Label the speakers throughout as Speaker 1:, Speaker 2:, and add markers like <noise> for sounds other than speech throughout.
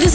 Speaker 1: this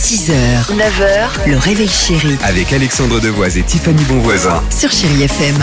Speaker 2: 6h, 9h, le réveil chéri
Speaker 3: avec Alexandre Devoise et Tiffany Bonvoisin.
Speaker 2: sur Chérie FM.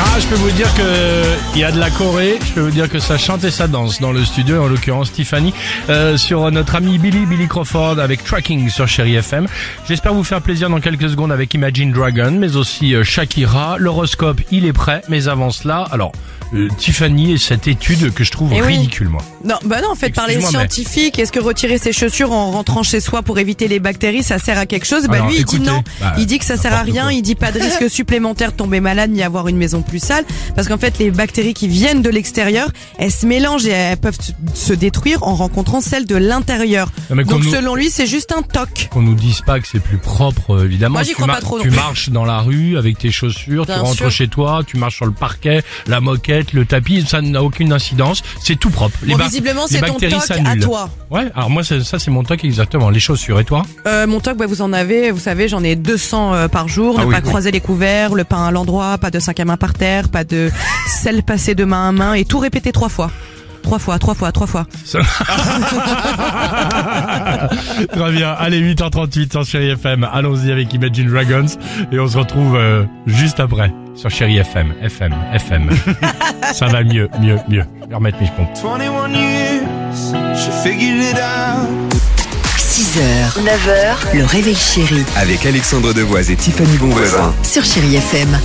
Speaker 4: Ah, je peux vous dire que il y a de la Corée. Je peux vous dire que ça chante et ça danse dans le studio, en l'occurrence Tiffany, euh, sur notre ami Billy, Billy Crawford avec Tracking sur Chéri FM. J'espère vous faire plaisir dans quelques secondes avec Imagine Dragon, mais aussi euh, Shakira. L'horoscope, il est prêt, mais avant cela, alors euh, Tiffany et cette étude que je trouve
Speaker 5: Eh oui.
Speaker 4: ridicule, moi.
Speaker 5: Non, bah non, en fait, par les
Speaker 4: Excuse-moi, mais-
Speaker 5: scientifiques, est-ce que retirer ses chaussures en rentrant chez soi pour éviter les bactéries, ça sert à quelque chose Bah
Speaker 4: Alors,
Speaker 5: lui,
Speaker 4: écoutez,
Speaker 5: il dit non.
Speaker 4: bah,
Speaker 5: il dit que ça sert à
Speaker 4: n'importe
Speaker 5: rien.
Speaker 4: quoi.
Speaker 5: Il dit pas de risque supplémentaire de tomber malade ni avoir une maison plus sale, parce qu'en fait, les bactéries qui viennent de l'extérieur, elles se mélangent et elles peuvent se- se détruire en rencontrant celles de l'intérieur.
Speaker 4: Non, mais qu'on
Speaker 5: Donc,
Speaker 4: nous-
Speaker 5: selon lui, c'est juste un toc.
Speaker 4: Qu'on nous dise pas que c'est plus propre, euh, évidemment.
Speaker 5: Moi, j'y
Speaker 4: Tu
Speaker 5: crois
Speaker 4: mar-
Speaker 5: pas trop non
Speaker 4: Tu
Speaker 5: plus.
Speaker 4: marches dans la rue avec tes chaussures, tu
Speaker 5: Bien
Speaker 4: rentres
Speaker 5: sûr.
Speaker 4: chez toi, tu marches sur le parquet, la moquette, le tapis, ça n'a aucune incidence. C'est tout propre.
Speaker 5: Bon,
Speaker 4: bac-
Speaker 5: visiblement,
Speaker 4: les
Speaker 5: c'est ton
Speaker 4: bactéries
Speaker 5: toc à
Speaker 4: s'annulent.
Speaker 5: toi.
Speaker 4: Ouais, alors moi, c'est- ça, c'est mon toc exactement. Les chaussures. Et toi
Speaker 5: Euh, mon toc, bah, vous en avez, vous savez, j'en ai 200 euh, par jour.
Speaker 4: Ah
Speaker 5: ne
Speaker 4: oui,
Speaker 5: pas
Speaker 4: oui.
Speaker 5: croiser les couverts, le pain à l'endroit, pas de 5 à main par terre, pas de sel passé de main à main et tout répéter trois fois. Trois fois, trois fois, trois fois.
Speaker 4: <laughs> Très bien. Allez, 8h38 sur Chéri FM. Allons-y avec Imagine Dragons. Et on se retrouve euh, juste après sur Chéri FM. FM,
Speaker 5: <laughs>
Speaker 4: FM. ça va mieux, mieux, mieux. Je vais remettre mes pompes.
Speaker 6: 21 years, she figured it out.
Speaker 2: 6h, 9h, le réveil chéri
Speaker 3: Avec Alexandre Devoise et Tiffany Bonvoisin.
Speaker 2: sur Chérie FM.